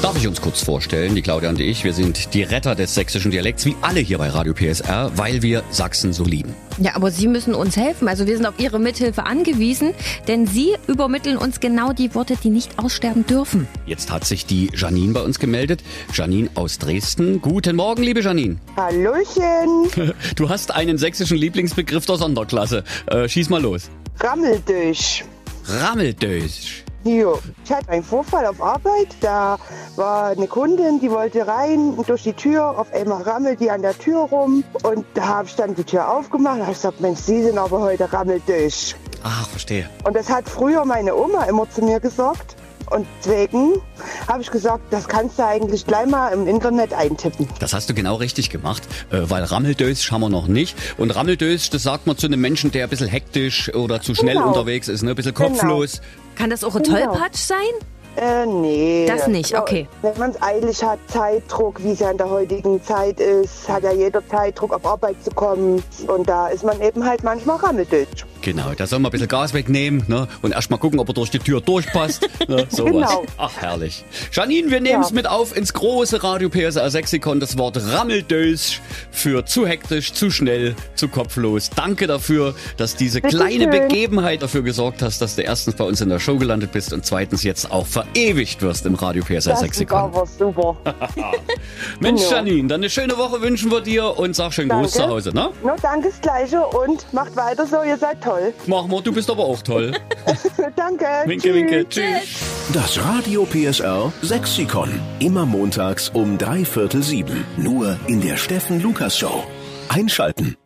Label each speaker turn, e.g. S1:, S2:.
S1: Darf ich uns kurz vorstellen, die Claudia und ich, wir sind die Retter des sächsischen Dialekts, wie alle hier bei Radio PSR, weil wir Sachsen so lieben.
S2: Ja, aber Sie müssen uns helfen. Also wir sind auf Ihre Mithilfe angewiesen, denn Sie übermitteln uns genau die Worte, die nicht aussterben dürfen.
S1: Jetzt hat sich die Janine bei uns gemeldet. Janine aus Dresden. Guten Morgen, liebe Janine.
S3: Hallöchen,
S1: Du hast einen sächsischen Lieblingsbegriff der Sonderklasse. Äh, schieß mal los.
S3: rammel dich.
S1: Rammeldösch.
S3: Hier, ich hatte einen Vorfall auf Arbeit. Da war eine Kundin, die wollte rein und durch die Tür. Auf einmal rammelt die an der Tür rum. Und da habe ich dann die Tür aufgemacht. Da habe ich gesagt, Mensch, Sie sind aber heute rammel dich.
S1: Ach, verstehe.
S3: Und das hat früher meine Oma immer zu mir gesagt. Und deswegen habe ich gesagt, das kannst du eigentlich gleich mal im Internet eintippen.
S1: Das hast du genau richtig gemacht, äh, weil Rammeldösch haben wir noch nicht. Und Rammeldösch, das sagt man zu einem Menschen, der ein bisschen hektisch oder zu schnell
S3: Genau.
S1: unterwegs ist, ne? ein bisschen kopflos.
S2: Kann das auch ein
S3: Genau.
S2: Tollpatsch sein?
S3: Äh, nee.
S2: Das nicht,
S3: Ja,
S2: okay.
S3: Wenn man es eilig hat, Zeitdruck, wie es ja in der heutigen Zeit ist, hat ja jeder Zeitdruck, auf Arbeit zu kommen. Und da ist man eben halt manchmal rammelt.
S1: Genau, da soll man ein bisschen Gas wegnehmen ne? und erstmal gucken, ob er durch die Tür durchpasst. Ne? So
S3: Genau.
S1: was. Ach, herrlich. Janine, wir nehmen es
S3: Ja.
S1: mit auf ins große Radio PSR Sexikon, das Wort Rammeldösch für zu hektisch, zu schnell, zu kopflos. Danke dafür, dass diese kleine
S3: schön.
S1: Begebenheit dafür gesorgt hast, dass du erstens bei uns in der Show gelandet bist und zweitens jetzt auch verewigt wirst im Radio PSR
S3: Das
S1: Sexikon.
S3: war was super.
S1: Mensch,
S3: Ja.
S1: Janine, dann eine schöne Woche wünschen wir dir und sag schönen Gruß zu
S3: Danke.
S1: Hause, ne?
S3: Nur danke das Gleiche und macht weiter so, ihr seid toll.
S1: Mach mal, du bist aber auch toll.
S3: danke.
S1: winke, winke, tschüss.
S4: Das Radio PSR Sexikon. Immer montags um drei Viertel sieben. Nur in der Steffen Lukas Show. Einschalten.